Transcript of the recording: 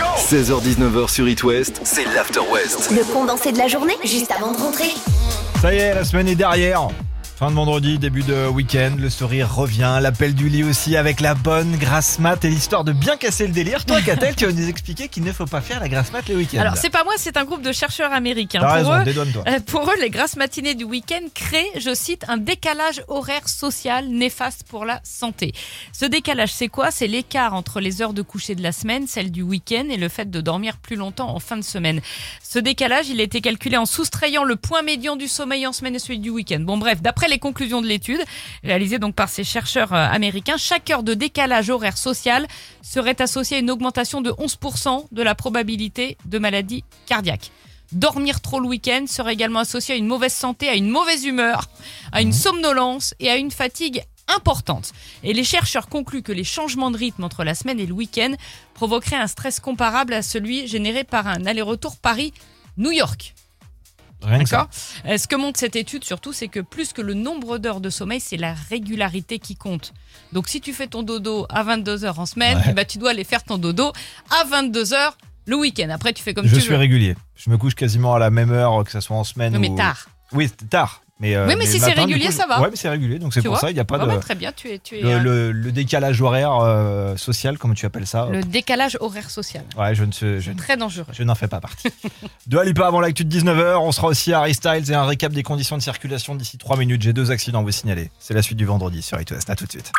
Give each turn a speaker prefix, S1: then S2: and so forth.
S1: 16h-19h sur It West, c'est l'After West.
S2: Le condensé de la journée, juste avant de rentrer.
S3: Ça y est, la semaine est derrière. Fin de vendredi, début de week-end, le sourire revient, l'appel du lit aussi avec la bonne grasse mat et l'histoire de bien casser le délire. Toi, Catel, tu vas nous expliquer qu'il ne faut pas faire la grasse mat le week-end.
S4: Alors, c'est pas moi, c'est un groupe de chercheurs américains.
S3: T'as
S4: Pour
S3: raison,
S4: eux,
S3: dédouane-toi.
S4: euh, pour eux, les grasses matinées du week-end créent, je cite, un décalage horaire social néfaste pour la santé. Ce décalage, c'est quoi C'est l'écart entre les heures de coucher de la semaine, celles du week-end et le fait de dormir plus longtemps en fin de semaine. Ce décalage, il a été calculé en soustrayant le point médian du sommeil en semaine et celui du week-end. Bon, bref, d'après les conclusions de l'étude, réalisée donc par ces chercheurs euh, américains, chaque heure de décalage horaire social serait associée à une augmentation de 11% de la probabilité de maladie cardiaque. Dormir trop le week-end serait également associé à une mauvaise santé, à une mauvaise humeur, à
S3: Mmh.
S4: une somnolence et à une fatigue importante. Et les chercheurs concluent que les changements de rythme entre la semaine et le week-end provoqueraient un stress comparable à celui généré par un aller-retour Paris-New York.
S3: Rien que ça.
S4: D'accord Euh, Ce que montre cette étude surtout, c'est que plus que le nombre d'heures de sommeil, c'est la régularité qui compte. Donc si tu fais ton dodo à 22h en semaine,
S3: Ouais.
S4: eh ben, tu dois aller faire ton dodo à 22h le week-end. Après, tu fais comme
S3: Je
S4: tu
S3: suis
S4: veux.
S3: régulier. Je me couche quasiment à la même heure, que ce soit en semaine
S4: Non,
S3: ou.
S4: mais tard.
S3: Oui, c'est tard. Mais, euh,
S4: Oui, mais si c'est
S3: matin, du
S4: régulier,
S3: coup,
S4: ça va.
S3: Ouais, mais c'est régulier, donc c'est
S4: Tu
S3: pour
S4: vois
S3: ça, il n'y a pas
S4: Bah Ouais,
S3: de.
S4: ouais, très bien, tu es, tu es,
S3: Le,
S4: euh, le,
S3: le- le décalage horaire euh, social, comme tu appelles ça.
S4: décalage horaire social.
S3: Ouais, je ne sais- je
S4: C'est
S3: ne
S4: très dangereux.
S3: Je n'en fais pas partie. Deux Alipa avant l'actu de 19h. On sera aussi à Harry Styles et un récap des conditions de circulation d'ici 3 minutes. J'ai deux accidents à vous signaler. C'est la suite du vendredi sur It West. À tout de suite.